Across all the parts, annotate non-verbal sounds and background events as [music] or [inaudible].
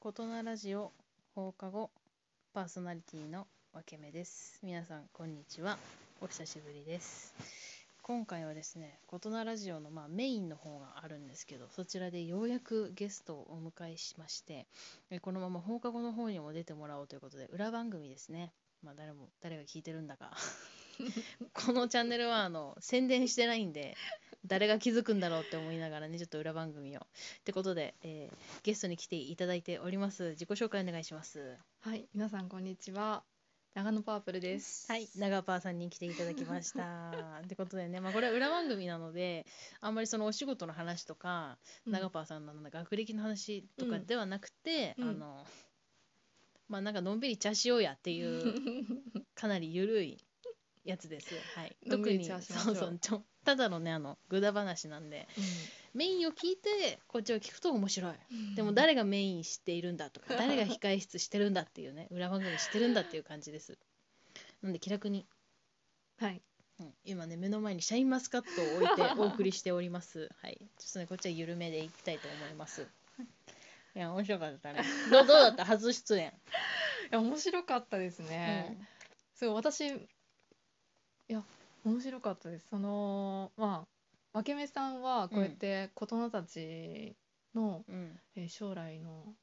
ことなラジオ放課後パーソナリティのわけめです皆さんこんにちはお久しぶりです今回はですねことなラジオのまあメインの方があるんですけどそちらでようやくゲストをお迎えしましてえこのまま放課後の方にも出てもらおうということで裏番組ですねまあ誰も誰が聞いてるんだか [laughs] このチャンネルはあの宣伝してないんで誰が気づくんだろうって思いながらねちょっと裏番組をってことで、えーゲストに来ていただいております自己紹介お願いしますはい、皆さんこんにちは。長野パープルです。はい、長パーさんに来ていただきました [laughs] ってことでね、まあ、これは裏番組なのであんまりそのお仕事の話とか、うん長パーさんのなんだ学歴の話とかではなくて、うんあのまあなんかのんびり茶しようやっていう [laughs] かなりゆるいやつです。はい、のん特びりに茶しましそょううそうちょただのねあのグダ話なんでメインを聞いてこっちを聞くと面白い。でも誰がメインしているんだとか誰が控え室してるんだっていうね裏番組してるんだっていう感じですなんで気楽に、はい。うん今ね目の前にシャインマスカットを置いてお送りしておりますはいちょっとねこっちは緩めでいきたいと思いますいや面白かったねどうどうだった初出演いや面白かったですね。そう私いや面白かったです。そのまあわけめさんはこうやって子供たちの、うんえー将来の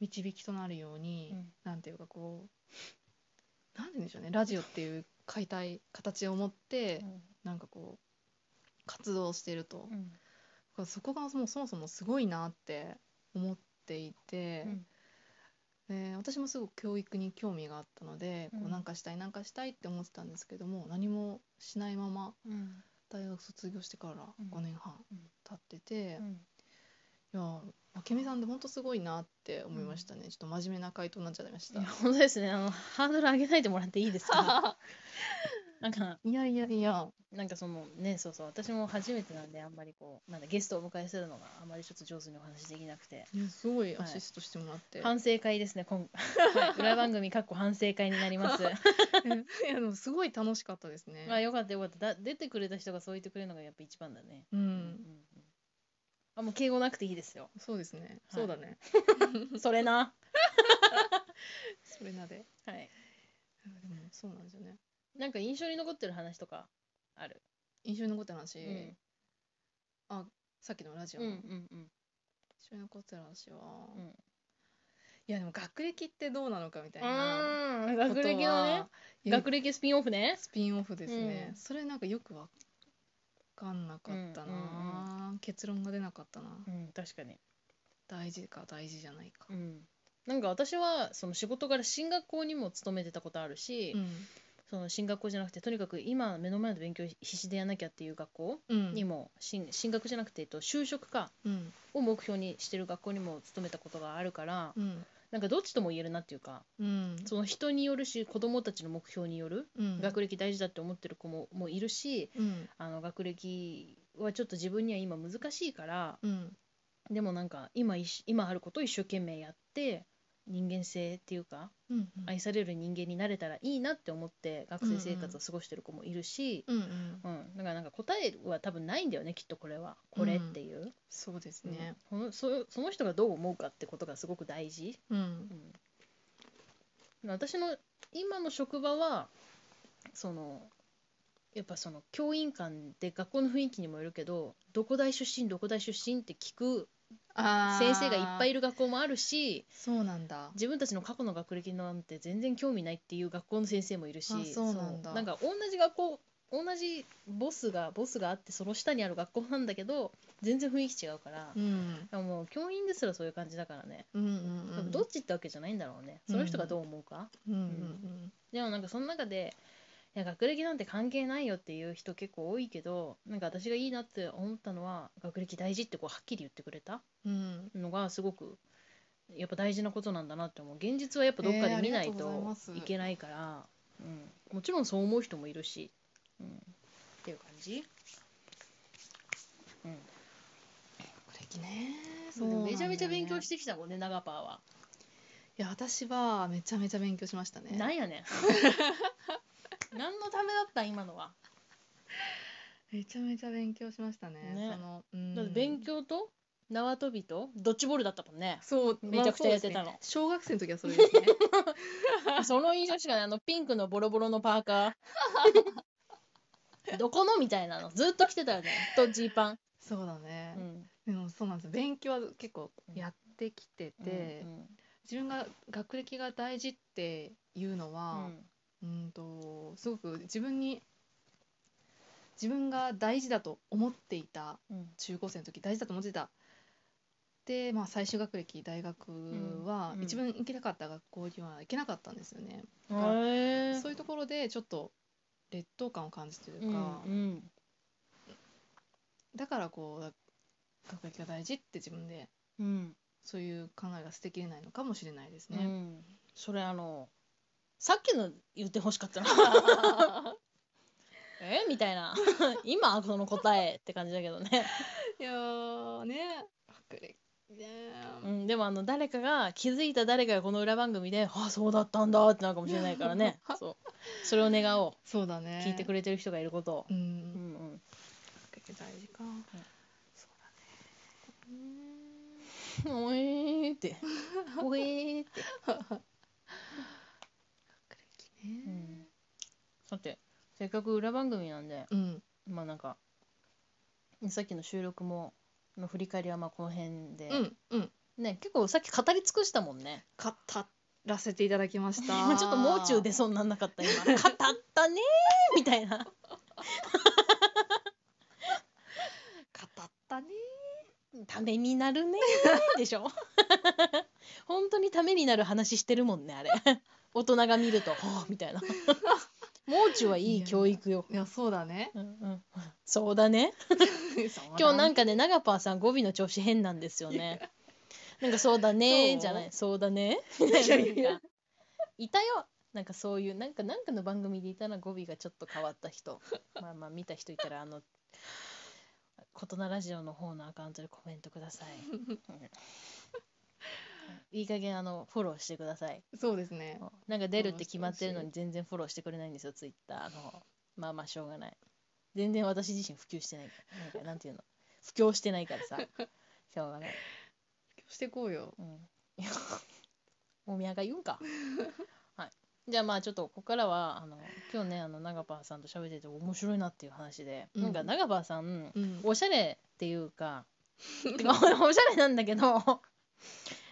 導きとなるように、なんていうかこうなんて言うんでしょうねラジオっていう解体形を持って、なんかこう活動してると。うんだからそこがもうそもそもすごいなって思っていて、で私もすごく教育に興味があったので、うんこうなんかしたいなんかしたいって思ってたんですけども何もしないままうん大学卒業してからうん5年半うん経っててう、んいやあけみさんって本当すごいなって思いましたね、ちょっと真面目な回答になっちゃいましいたや。本当ですねあのハードル上げないでもらっていいですかなんかいやいやいや、なんかそのね、そうそう、私も初めてなんで、あんまりこう、なんだ、ゲストをお迎えするのが、あんまりちょっと上手にお話できなくて。いやすごいはいアシストしてもらって、反省会ですね、今、 [laughs] はい、裏番組かっこ反省会になります。 [laughs] い、やでもすごい楽しかったですね。まあ、よかった、よかった、だ、出てくれた人がそう言ってくれるのが、やっぱ一番だね。う、うんんうんあ、もう敬語なくていいです [laughs] よ。そうですね、はいそうだねそれな。それなではい。でもそうなんですよねなんか印象に残ってる話とか。ある。印象に残った話、うん。さっきのラジオうん、の、う印ん、うん。象に残ってる話は、うんいやでも学歴ってどうなのかみたいなあーこと学歴のねは。学歴スピンオフね。スピンオフですね、うんそれなんかよくわかんなかったな、結論が出なかったなうん、確かに。大事か大事じゃないか、うん、なんか私はその仕事から進学校にも勤めてたことあるし、うんその進学校じゃなくてとにかく今目の前の勉強必死でやんなきゃっていう学校うんにも、進進学じゃなくて、えっと、就職かうんを目標にしてる学校にも勤めたことがあるから、うんなんかどっちとも言えるなっていうかうんその人によるし子どもたちの目標による、うん学歴大事だって思ってる子ももういるしうんあの学歴はちょっと自分には今難しいからうんでもなんか今一今あることを一生懸命やって人間性っていうかうんうん愛される人間になれたらいいなって思って学生生活を過ごしてる子もいるし、うんうんうんだからなんか答えは多分ないんだよねきっとこれはこれっていう、そうですうんねこのそその人がどう思うかってことがすごく大事、うんうん、私の今の職場はそのやっぱその教員間で学校の雰囲気にもよるけどどこ大出身どこ大出身って聞くあー先生がいっぱいいる学校もあるしそうなんだ自分たちの過去の学歴なんて全然興味ないっていう学校の先生もいるしあそうなんだそうなんか同じ学校同じボスがボスがあってその下にある学校なんだけど全然雰囲気違うからう、んでももう教員ですらそういう感じだからね、うんうんうんどっちってわけじゃないんだろうねその人がどう思うか、うんうんでもなんかその中でいや学歴なんて関係ないよっていう人結構多いけどなんか私がいいなって思ったのは学歴大事ってこうはっきり言ってくれたうんうんのがすごくやっぱ大事なことなんだなって思う現実はやっぱどっかえでー見ないありがとうございとますいけないから、うん、もちろんそう思う人もいるし、うん、っていう感じ、うん、学歴ねそうめちゃめちゃ勉強しててきたもんね長パーは、いや私はめちゃめちゃ勉強しましたねなんや [laughs] ねん何のためだったん今のは、めちゃめちゃ勉強しましたねねそのうんだって勉強と縄跳びとドッジボールだったもんねそうめちゃくちゃやってたのまあそうですね小学生の時はそれです [laughs] ねその印象しかないあのピンクのボロボロのパーカ [laughs] ーどこのみたいなのずっと着てたよねとジーパン、そうだねう、んでもそうなんです勉強は結構やってきてて、うん自分が学歴が大事っていうのうは、んうんとすごく自分に自分が大事だと思っていたうん中高生の時大事だと思ってたで、まあ、最終学歴大学はうん一番行けなかった学校には行けなかったんですよね、うんへーそういうところでちょっと劣等感を感じてるというか、うんうんだからこう学歴が大事って自分でうんそういう考えが捨てきれないのかもしれないですうね。ん、それあのさっきの言ってほしかったな [laughs] えみたい [laughs] な今その答えって感じだけどね、 [laughs] いやーね学歴ねうん、でもあの誰かが気づいた誰かがこの裏番組で「あそうだったんだ」ってなるかもしれないから [laughs] ねそうそれを願おうそうだね聞いてくれれてる人がいることをう、うんんうん、学歴大事か、そうだねうーんおえーって [laughs] おえーって学歴ねさてせっかく裏番組なんでうん、まあなんかさっきの収録もの振り返りはまあこの辺で、うんうんね結構さっき語り尽くしたもんね語らせていただきま [laughs] した今ちょっともう中出そうになんなかった今語ったねーみたいな語ったねためになるねーでしょ [laughs] 本当にためになる話してるもんねあれ大人が見ると「はあ」み [laughs] たいなもう中はいい教育よいやそうだ [laughs] ねうんうん、そうだね今日なんかね長パーさん語尾の調子変なんですよねなんか「そうだねそー」うじゃない「そうだねー」みいやたいいやななんかいたよなんかそういうなんかなんかの番組でいたな語尾がちょっと変わった [laughs] 人まあまあ見た人いたらあの「ことなラジオ」の方のアカウントでコメントくだ [laughs] さいいい加減あのフォローしてくださいそうですねなんか出るって決まってるのに全然フォローしてくれないんですよツイッターの方まあまあしょうがない全然私自身普及してないなんかなんていうの布教してないから [laughs] さしょうがない、していこうようん、いやおみやが言うんかはいじゃあまあちょっとここからはあの今日ねあの長パーさんと喋ってて面白いなっていう話で、うんなんか長パーさんうんおしゃれっていう [laughs] かてかおしゃれなんだけど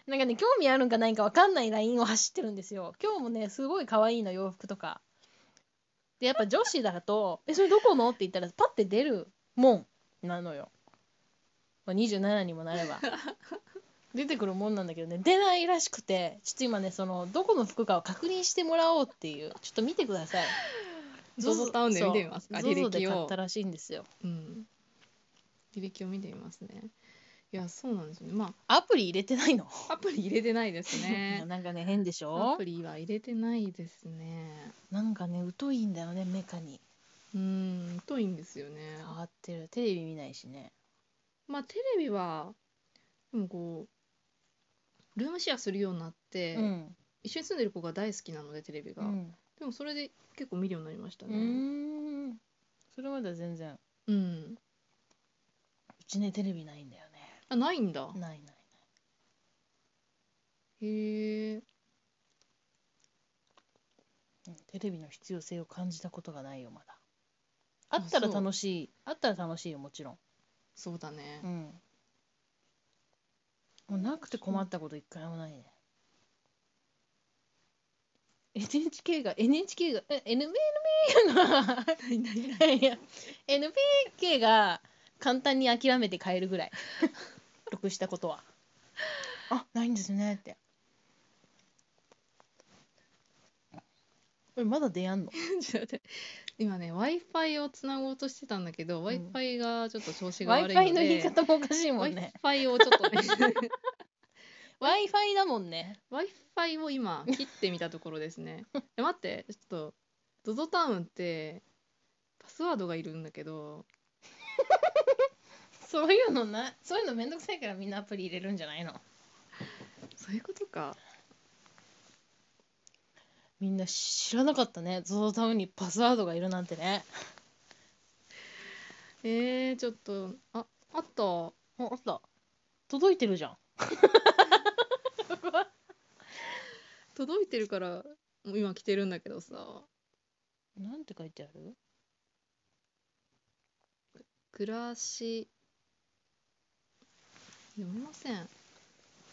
なんかね興味あるんかないんか分かんないラインを走ってるんですよ今日もねすごい可愛いの洋服とかでやっぱ女子だと「えそれどこの?」って言ったらパッて出るもんなのよ、まあ、27にもなれ [laughs] ば出てくるもんなんだけどね出ないらしくてちょっと今ねそのどこの服かを確認してもらおうっていうちょっと見てくだ [laughs] さい ZOZO タウンで見てみますかそう ZOZO 履で歴買っをたらしいんですようん履歴を見てみますねいやそうなんですよねまアプリ入れてないのあアプリ入れて [laughs] ないですいやねなんかね変でしアょプリは入れてないですねなんかね疎いんだよねメカにうん遠いんですよね変わってるテレビ見ないしねまあテレビはでもこうルームシェアするようになって、うん一緒に住んでる子が大好きなのでテレビうが、んでもそれで結構見るようになりましたうねーんそれまでは全然ううん、ちねテレビないんだよあないんだねないないへえうんテレビの必要性を感じたことがないよまだあったらあそう楽しいあったら楽しいよもちろんそうだねうんもうなくて困ったこと一回もないね NHK が NHK がえ NBNB がないないないいや NPK が簡単に諦めて変えるぐらい得したことはあないんですねってこれまだ出やんのちょっと待って [laughs] 今ね w i f i をつなごうとしてたんだけど w i f i がちょっと調 w 子が i 悪 f いの i での言い方もおかしいも w ん i [laughs] ね f i をちょっとね [laughs] w i f i だもんね w i f i を今切ってみたところですねえ待ってちょっと ZOZO タウンってパスワードがいるんだけどそういうのなそういうのめんどくさいからみんなアプリ入れるんじゃないのそういうことかみんな知らなかったね ZOZO タウンにパスワードがいるなんてねえー、ちょっとああったおあった届いてるじゃん届いてるからもう今着てるんだけどさなんて書いてある暮らし読めません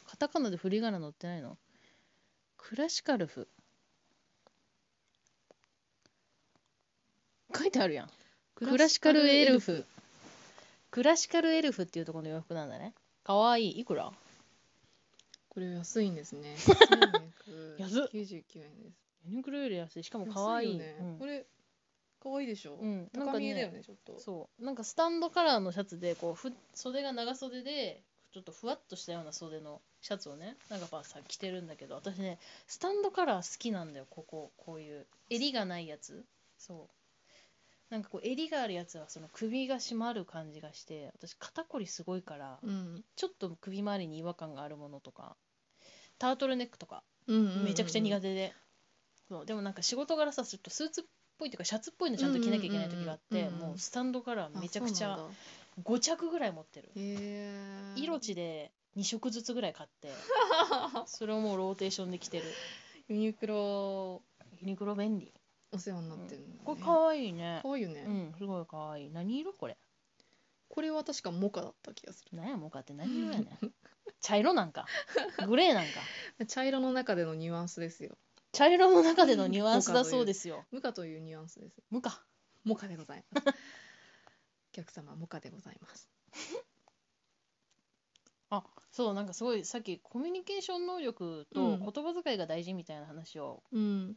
カタカナで振り仮名載ってないのクラシカルフ書いてあるやんクラシカルエルフクラシカルエルフっていうところの洋服なんだねかわいいいくらこれ安いんで [laughs] すね安っ99円ですユニクロより安いしかもかわいい安よねこれ可愛いでしょ、うんなん高か見えねだよねちょっとそうなんかスタンドカラーのシャツでこうふ袖が長袖でちょっとふわっとしたような袖のシャツをねなんかばさ着てるんだけど私ねスタンドカラー好きなんだよこここういう襟がないやつそうなんかこう襟があるやつはその首が締まる感じがして私肩こりすごいから、うんちょっと首周りに違和感があるものとかタートルネックとかうんうんうんめちゃくちゃ苦手で、そうでもなんか仕事柄さちょっとスーツっぽいというかシャツっぽいのちゃんと着なきゃいけない時があって、うんうんうんうんもうスタンドカラーめちゃくちあゃそうなんだ5着ぐらい持ってるへえ色地で2色ずつぐらい買って [laughs] それをもうローテーションで着てるユニクロユニクロ便利お世話になってるんだ、ねこれかわいいね可愛いよね、うんすごいかわいい何色これこれは確かモカだった気がす何やもうかって何色や [laughs] ねん茶色なんかグレーなんかる茶色の中でのニュアンスですよ茶色の中でのニュアンスだそうです [laughs] よムカというニュアンスです無かモカでございます [laughs] お客様モカでございますあそうなんかすごいさっきコミュニケーション能力と言うん葉遣いが大事みたいな話をうん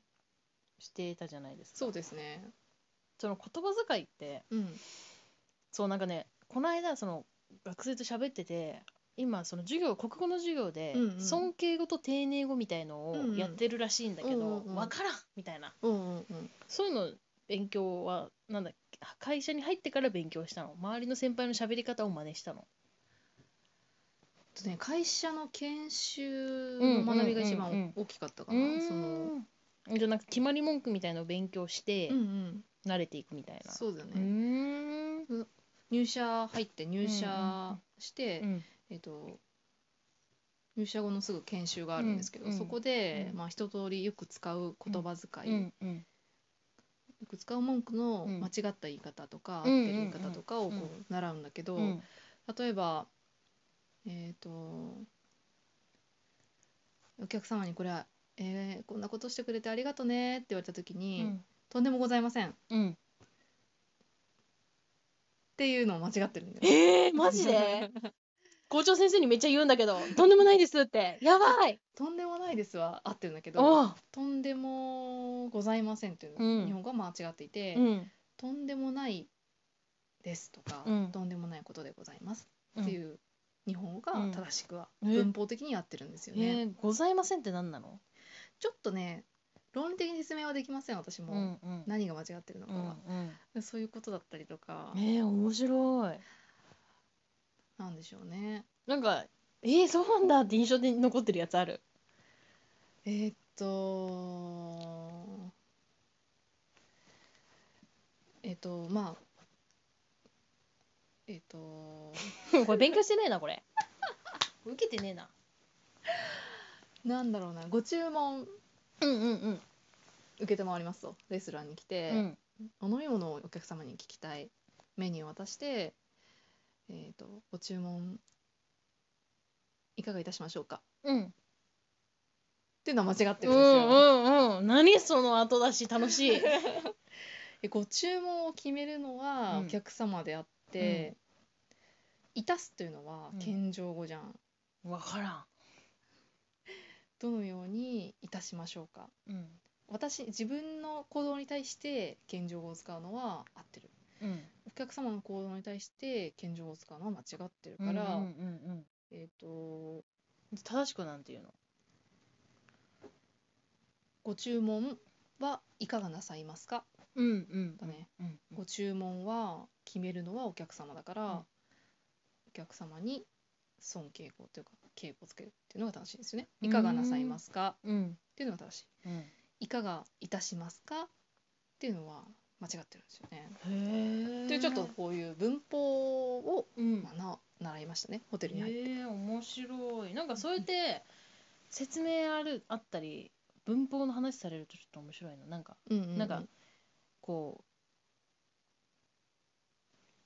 してたじゃないですか、そうですねその言葉遣いってうんそうなんかねこの間その学生と喋ってて今その授業国語の授業でうんうん尊敬語と丁寧語みたいのをうんうんやってるらしいんだけど、うわんうんうんからんみたいなうんうんうんそういうの勉強はなんだっけ会社に入ってから勉強したの周りの先輩の喋り方を真似したのあとね会社の研修の学びが一うんうんうん番大きかったかうな、ーんそのじゃなく決まり文句みたいなのを勉強してうんうん慣れていくみたいな、そうだね、うーん入社入って入うんうんうん社して、うんえっと入社後のすぐ研修があるんですけど、うんうんそこで、うんまあ一通りよく使う言葉遣い、うんうんよく使う文句のうん間違った言い方とか、うん合ってる言い方とかをこう習うんだけど、うん例えばえっ、とお客様にこれは、えーこんなことしてくれてありがとねって言われた時うに、んとんでもございませんっうんていうのを間違ってるんだよ。えー、マジで校長先生にめっちゃ言うんだけどとんでもないですってやばいとんでもないですは合ってるんだけど、あとんでもございませんっていううんの日本語は間違っていて、うんとんでもないですとか、うん、とんでもないことでございますっていうう日本語がうん正しくはね文法的に合ってるんですよえーね。ございませんって何なのちょっとね論理的に説明はできません私も、うん何が間違ってるのかうんは、そういうことだったりとかうん、えー、面白いなんでしょうねなんかえー、そうなんだって印象で残ってるやつあるえーっとえーっとまあえーっとこれ勉強してねえなこれ受けてねえななんだろうなご注文うんうんうん受けりますとレストランに来て、うんお飲み物をお客様に聞きたいメニューを渡して、えーっとご注文いかがいたしましょうかうんっていうのは間違ってうるんですよ。んうんうん何その後出し楽しいえご注文を決めるのはうんお客様であって、いたすというのはうん謙譲語じゃん、わからどのようにいたしましょうかんうん私自分の行動に対して謙譲語を使うのは合ってるうんお客様の行動に対して謙譲語を使うのは間違ってるから、うんうんうんえっ、とうん、正しくなんていうのご注文はいかがなさいますかうんうんだね、うんご注文は決めるのはお客様だから、うんお客様に尊敬語というか敬語をつけるっていうのが正しいんですよね。いかがなさいますかうんっていうのが正しい。うんいかがいたしますかっていうのは間違ってるんですよね。へえというちょっとこういう文法を、うんまあ、な習いましたねホテルに入って、えー、面白いなんかそうやって説明あるあったり文法の話されるとちょっと面白いのなんかうんうんうんなんかこ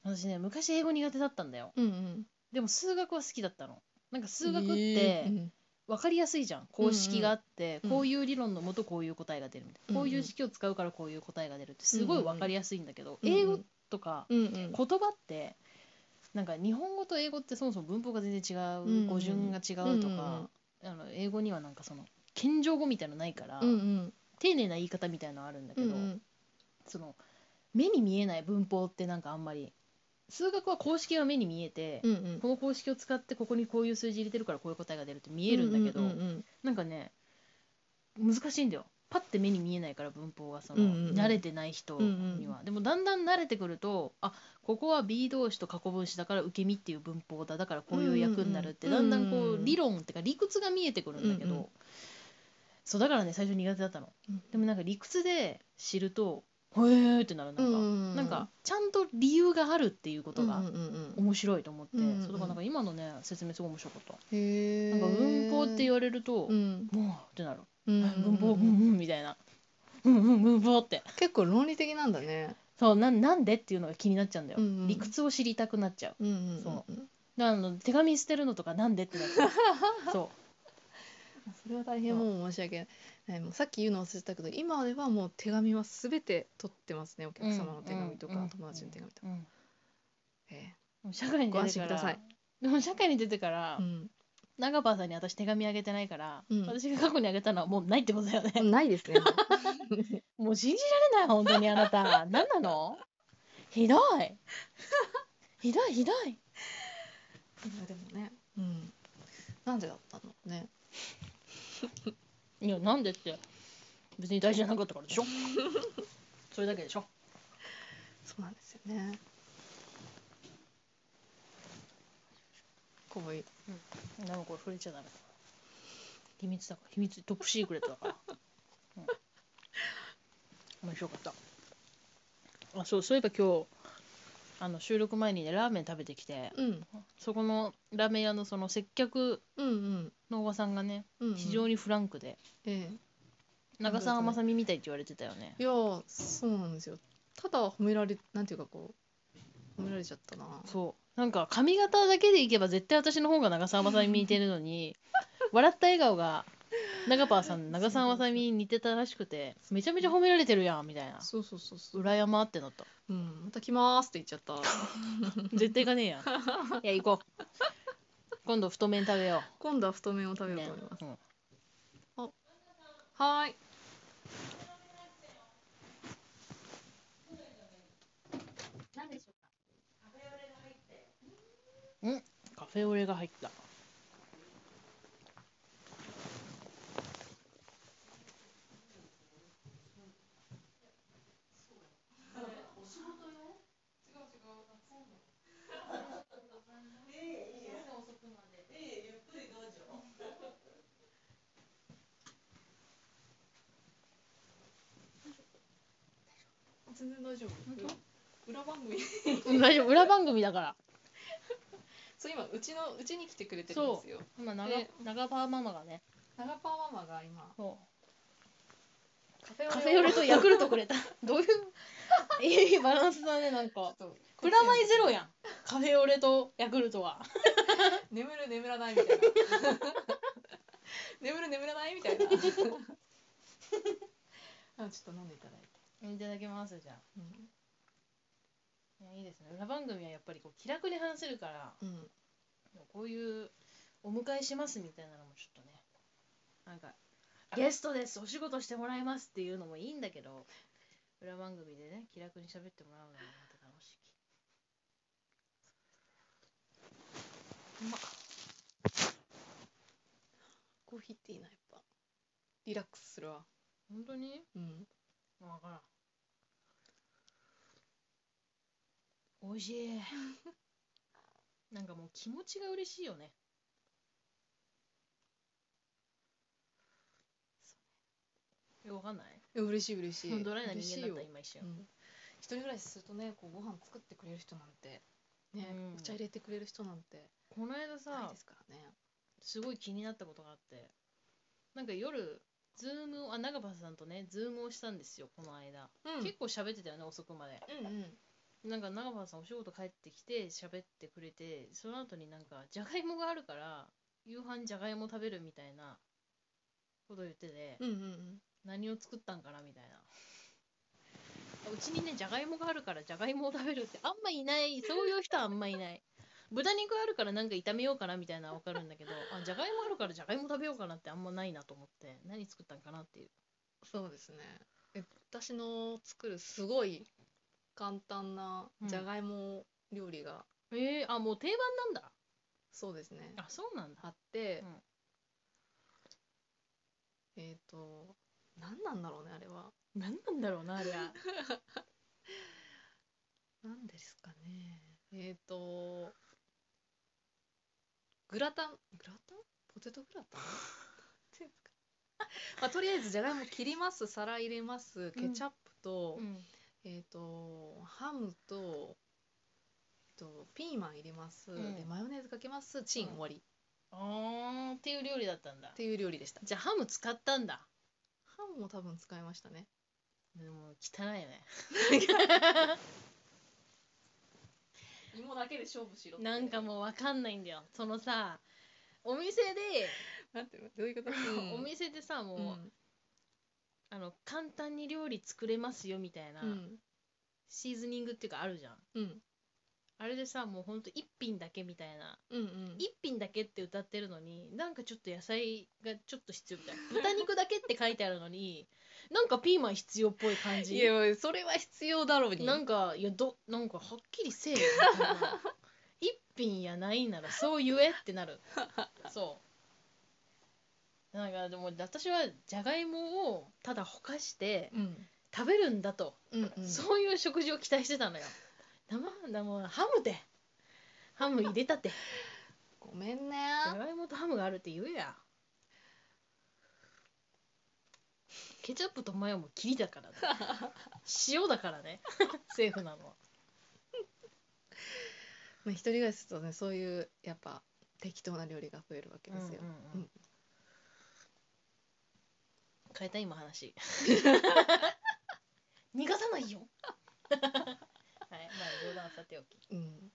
う私ね昔英語苦手だったんだようんうんでも数学は好きだったのなんか数学っえてーうん分かりやすいじゃん公式があって、うんこういう理論のもとこういう答えが出るみたいな、うんこういう式を使うからこういう答えが出るってすごい分かりやすいんだけど、うんうん英語とかうんうん言葉ってなんか日本語と英語ってそもそも文法が全然違う、うんうん語順が違うとうんうんうか、あの英語にはなんかその謙譲語みたいのないから、うんうん丁寧な言い方みたいのはあるんだけうど、んうんその目に見えない文法ってなんかあんまり数学は公式が目に見えて、うんうんこの公式を使ってここにこういう数字入れてるからこういう答えが出るって見えるんだけど、うんうんなんかね難しいんだよパッて目に見えないから文法がその、うんうんうん慣れてない人には、うんでもだんだん慣れてくるとあここは B 動詞と過去分詞だから受け身っていう文法だだからこういう役になるって、うんうんだんだんこうんううん理論っていうか理屈が見えてくるんだけど、うんうんそうだからね最初苦手だったのうんでもなんか理屈で知ると「へーってなるなんか、うんうんうんなんかちゃんと理由があるっていうことうんがうんうんうん面白いと思って、うんうんうんそうだからなんか今のね説明すごい面白かった、へーなんか文法って言われると、うんもうってなる、うん文法うんうんみたいなうんうん文法って結構論理的なんだねそうなんなんでっていうのが気になっちゃうんだよ、うんうん理屈を知りたくなっちゃううんうんうんそうんなので手紙捨てるのとかなんでってなっ [laughs] ちゃうそそれは大変もう申し訳ないもうさっき言うの忘れてたけど今ではもう手紙は全て取ってますねおう客様の手紙とか、うんうん友達の手紙とか、うんえもう社会にご出安て心かくださらいでも社会に出てから、えうん長パーさんに私手紙あげてないから、うん私が過去にあげたのはもうないってことだよね、ない [laughs] ですね。もう信じられない本当にあな [laughs] た何なのひどいひどいひどいでもね、うん、なんでだったのね。いやなんでって別に大事じゃなかったからでし [laughs] ょそれだけでしょそうなんですよね。こういう、でもこれ触れちゃダメ秘密だから秘密トップシークレットだから、うん、面白かったあそうそういえば今日あの収録前にねラーメン食べてきてうん、そこのラーメン屋のその接客うんうん、のおばさんがねうん、非常に、にフランクで、え長澤まさみみたいって言われてたよねえ、いやー、そうなんですよ。ただ褒められ、なんていうかこう、褒められちゃったな。そうなんか髪型だけでいけば絶対私の方が長澤まさみに似てるの [laughs] に笑った笑顔が長パーさん長澤まさみに似てたらしくてめちゃめちゃ褒められてるやんみたいなそうそうそうそう。羨まってなったうん、また来ますって言っちゃった。絶対行かねえや [laughs] んいや行こう今度太麺食べよ今度は太麺を食う、べようねと思いうます。ん、はーい。カフェオレが入った全然大丈夫。裏番組。 [laughs] うん大丈夫裏番組だからそう、今、うちの、うちに来てくれてるそうんですよ。今長え長パーママがね長パンママが今。そうカフェカフェオレとヤクルトくれたどういう [laughs] いいバランスだねなんかプラマイゼロやんカフェオレとヤクルトは眠る眠らないみ [laughs] たいな眠る眠らないみ [laughs] たいなあちょっと飲んでいただいて、いただきますじゃあうんいやいいですね裏番組はやっぱりこう気楽に話せるからこういうお迎えしますみたいなのもちょっとねなんかゲストですお仕事してもらいますっていうのもいいんだけど裏番組でね気楽に喋ってもらうのもまた楽しい。うまっコーヒーっていいなやっぱリラックスするわ本当にうんわからん。おいし [laughs] い。なんかもう気持ちが嬉しいよね。え、わかんない。え嬉しい嬉しいドライな嬉し人い間だっよた、今一う瞬。ん、一人暮らしするとねこうご飯作ってくれる人なんてね、うんお茶入れてくれる人なんてこの間ないさですからねすごい気になったことがあってなんか夜ズームをあ長場さんとねズームをしたんですよこの間、うん結構喋ってたよね遅くまでうんうんなんか長場さんお仕事帰ってきて喋ってくれてその後になんかじゃがいもがあるから夕飯じゃがいも食べるみたいなこと言ってて、うんうんうん何を作ったんかなみたいなうちにねじゃがいもがあるからじゃがいもを食べるってあんまいないそういう人はあんまいない豚肉あるからなんか炒めようかなみたいなのはわかるんだけどあじゃがいもあるからじゃがいも食べようかなってあんまないなと思って何作ったんかなっていうそうですねえ私の作るすごい簡単なじゃがいも料理が、えー、あもう定番なんだそうですねあそうなんだあって、うんえっ、と何なんだろうねあれは何なんだろうなあれは何ですかねえっ、とグラタングラタンポテトグラタンっていうんですかまあ、とりあえずじゃがいも切ります皿入れますケチャップと、うんえー、とハムと,、えー、とピーマン入れます、うんでマヨネーズかけますチン終わりっあーっていう料理だったんだていう料理でしたじゃあハム使ったんだハムも多分使いましたねでも汚いよね芋だけで勝負しろなんかもうわかんないんだよそのさお店でなんていうのどういうこと、お店でさもう、もあの簡単に料理作れますよみたいな、うんシーズニングっていうかあるじゃんうんあれでさもうほんと一品だけみたいなうんうん一品だけって歌ってるのになんかちょっと野菜がちょっと必要みたいな豚肉だけって書いてあるのになんかピーマン必要っぽい感いじやそれは必要だろうになんかいやどなんかはっきりせえよみたいな一品やないならそう言えってな [laughs] るそうなんかでも私はじゃがいもをただほかしてうん食べるんだとうんうんそういう食事を期待してたのよ。生だもうハムでハム入れた [laughs] ってごめんねじゃがいもとハムがあるって言えやケチャップとマヨもキリだ [laughs] からね塩だからねセーフなのはまあ、一人暮らしするとねそういうやっぱ適当な料理が増えるわけですよ、うんうんううんん変えた今話 [laughs] 逃がさない [laughs] よはいまあ冗談はさておきうん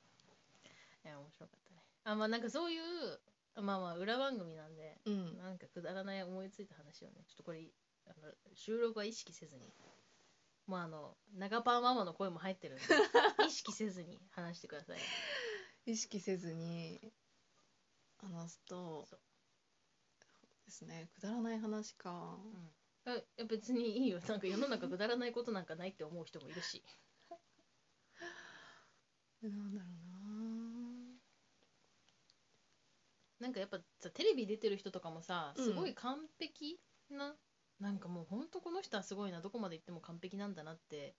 いや面白かったねあまあなんかそういうまあまあ裏番組なんでうんなんかくだらない思いついた話をねちょっとこれあの収録は意識せずにまああの長パンママの声も入 [laughs] ってるんで意識せずに話してください意識せずに話すとそうですねくだらない話かあいや別にいいよなんか世の中くだらないことなんかないって思う人もいるしなんだろなんかやっぱさテレビ出てる人とかもさうんすごい完璧な、なんかもうほんとこの人はすごいなどこまで行っても完璧なんだなって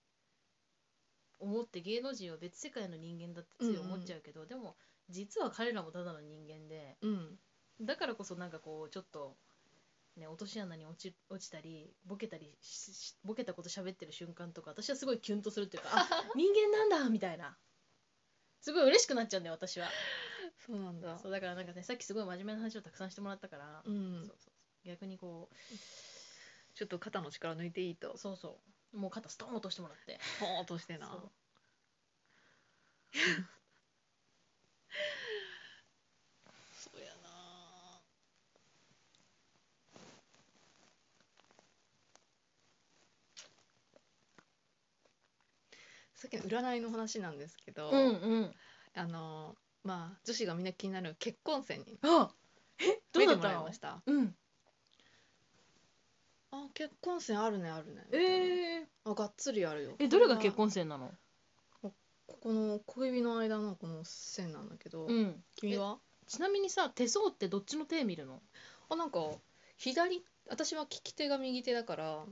思って芸能人は別世界の人間だってつい思っちゃうけど、でも実は彼らもただの人間でうなうんだからこそなんかこうちょっと、ね、落とし穴に落ち落ちたりボケたりししボケたこと喋ってる瞬間とか私はすごいキュンとするっていうかあ人間なんだみたいなすごい嬉しくなっちゃうんだよ私はそうなんだそうだからなんかねさっきすごい真面目な話をたくさんしてもらったから、うそうんそうそう逆にこちょっと肩の力抜いていいとうそうそうもう肩ストーン落としてもらってポーンとしてなそうそうやなさっきの占いの話なんですけど、うんうんあのまあ女子がみんな気になる結婚線にあえどう見だってもらたいのましたうんあ結婚線あるねあるねえー、あがっつりあるよえどれがこ結婚生なのここの小指の間のこの線なんだけど、うん君はちなみにさ手相ってどっちの手見るのあなんか左私は利き手が右手だから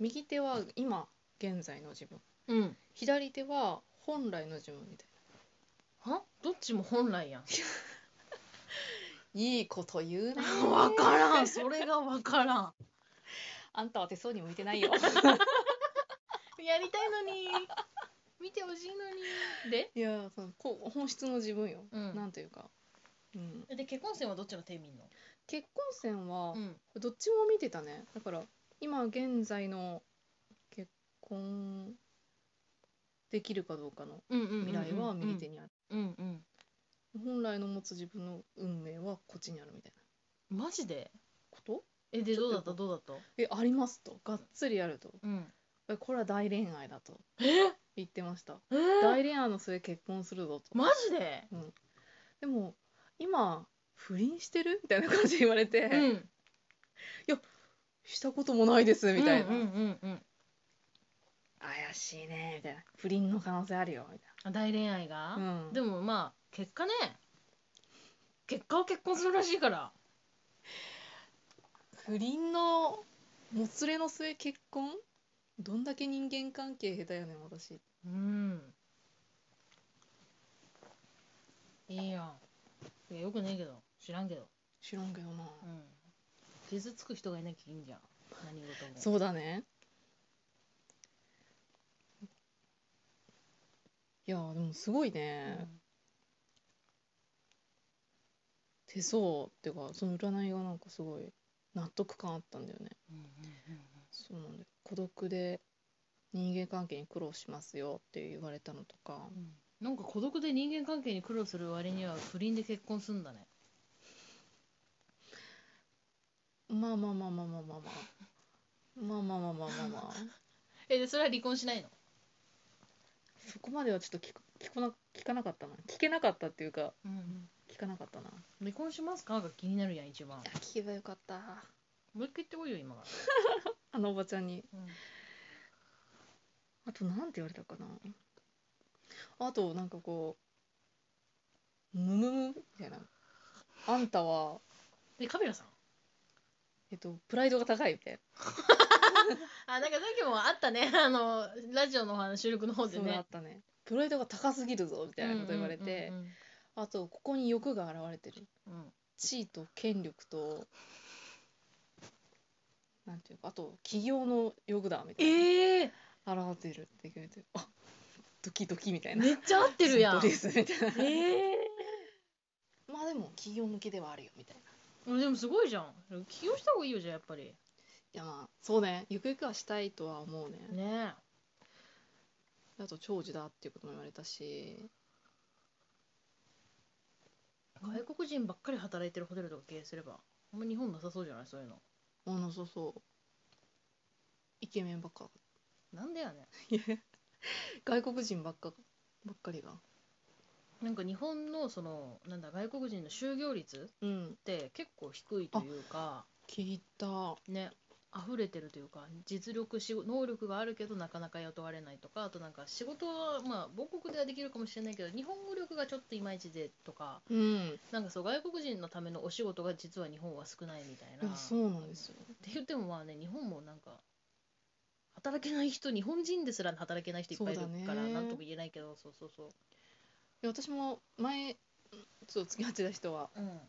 右手は今現在の自分うん左手は本来の自分みたいはどっちも本来やんないいこと言うね [laughs] わからんそれがわからん [laughs] あんたは手相に向いてないよやりたいのに見てほしいのにでいやそのこう本質の自分よ、うんなんというか、うん、で結婚生はどっちが手見んの結婚戦はうんどっちも見てたねだから今現在の結婚できるかどうかのうんうんうんうん未来は右手にある、うんうん本来の持つ自分の運命はこっちにあるみたいなマジでことえでちどょうっだっとたどうだったえありますとがっつりあるとうんえこれは大恋愛だと言ってましたえ大恋愛の末結婚するぞとマジででも今不倫してるみたいな感じで言われて、うんしたこともないですみたいな、うんうんうん怪しいねみたいな不倫の可能性あるよみうん大恋愛たがいな、うん、でももまあ結果ね結果は結婚するらしいから不倫のもつれの末結婚どんだけ人間関係下手よね私うんいいやんいやよくねえけど知らんけど、知らんけどな、うん、傷つく人がいなきゃいいんじゃん何事もそうだねいやでもすごいね、手相っていうかその占いがなんかすごい納得感あったんだよねうんうんうんそうなんだよ孤独で人間関係に苦労しますよって言われたのとかうんうんなんか孤独で人間関係に苦労する割には不倫で結婚すんだねまあまあまあまあまあまあまあまあまあまあまあまあまあえでそれは離婚しないのそこまではちょっと聞く聞こな聞かなかったな聞けなかったっていうかうん聞かなかったない離婚しますかが気になるやん一番や聞けばよかったもう一回言ってこいよ今が、あのおばちゃんにうんあとなんて言われたかなあとなんかこうむむむみたいなあんたはでカビラさんえっとプライドが高いみたいなあなんかさっきもあったね [laughs] あのラジオのお話収録の方でそうだねったねプライドが高すぎるぞみたいなこと言われて、うんうんあとここに欲が現れてるうんうん地位と権力となんていうかあと企業の欲だみたいな、ええ現れてるって言われてあドキドキみたいなめっちゃ合ってる [laughs] やんそうですみたいなえ [laughs] えまあでも企業向けではあるよみたいなでもすごいじゃん起業した方がいいよじゃあやっぱりいやまあそうねゆくゆくはしたいとは思うねねあと長寿だっていうことも言われたしえ外国人ばっかり働いてるホテルとか経営すればあんま日本なさそうじゃないそういうのあなさそうイケメンばっかなんでやね外国人ばっかばっかりがなんか日本のそのなんだ外国人の就業率うんって結構低いというか聞いたね溢れてるというか実力し能力があるけどなかなか雇われないとかあとなんか仕事はまあ母国ではできるかもしれないけど日本語力がちょっといまいちでとかうんなんかそう外国人のためのお仕事が実は日本は少ないみたいいな。やそうなんですよって言ってもまあね日本もなんか働けない人日本人ですら働けない人いっぱいいるからそうだねなんとも言えないけどそうそうそういや私も前そう付き合ってた人はうん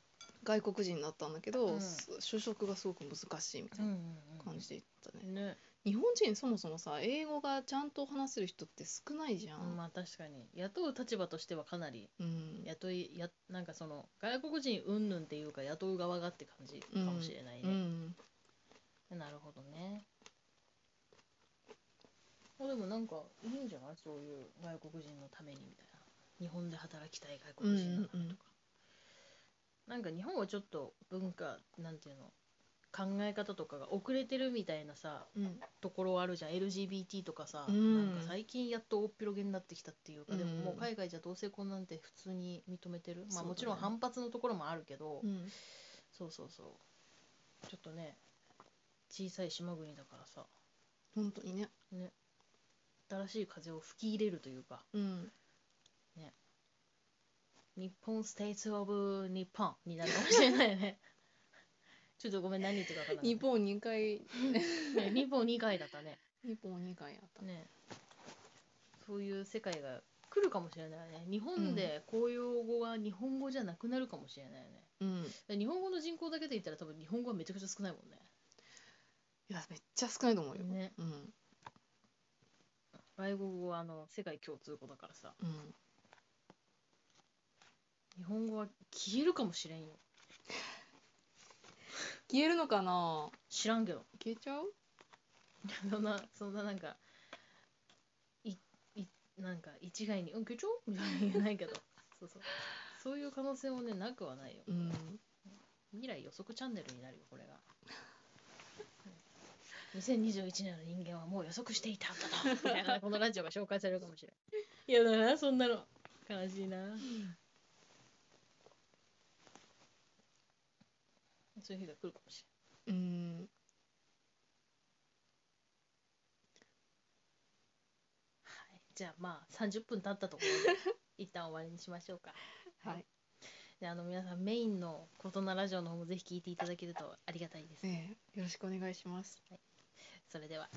外国人だったんだけど、うんす就職がすごく難しいみたういんなうん感じで言ってたね、うんね日本人そもそもさ英語がちゃんと話せる人って少ないじゃん、まあ確かに雇う立場としてはかなりうん、雇いやなんかその外国人云々っていうか雇う側がって感じかもしれないねう、んなるほどねあでもなんかいいんじゃないそういう外国人のためにみたいな日本で働きたい外うんう国人のためにんうんなんか日本はちょっと文化なんていうの考え方とかが遅れてるみたいなさうんところあるじゃん LGBT とかさ、うんなんか最近やっと大っ広げになってきたっていうか、でもうんもう海外じゃ同性婚なんて普通に認めてる、そうまあだねもちろん反発のところもあるけど、うんそうそうそうちょっとね小さい島国だからさ本当にね新しい風を吹き入れるというかうん日本ステイツ・オブ・日本になるかもしれないよね [laughs] ちょっとごめん何言ってるか分からない日本2回ね日本2回だったね日本2回やった、ねそういう世界が来るかもしれないね日本で公用語は日本語じゃなくなるかもしれないね、うんで日本語の人口だけで言ったら多分日本語はめちゃくちゃ少ないもんねいやめっちゃ少ないと思うよ、ねうん外国語はあの世界共通語だからさうん日本語は消えるかもしれんよ消えるのかな知らんけど消えちゃうそんなそんななんかいいなんか一概に「うんけちょ?」みたいに言えない [laughs] けどそうそうそういう可能性もねなくはないようん未来予測チャンネルになるよこれがうん2021年の人間はもう予測していたんだなみ [laughs] たいなこのラジオが紹介されるかもしれ [laughs] んいやだなそんなの悲しいなそういう日が来るかもしうんれん、はい、じゃあまあ30分経ったところ [laughs] で一旦終わりにしましょうかはいであの皆さんメインの「ことなラジオ」の方もぜひ聞いていただけるとありがたいです、ねえよろしくお願いしますそれでは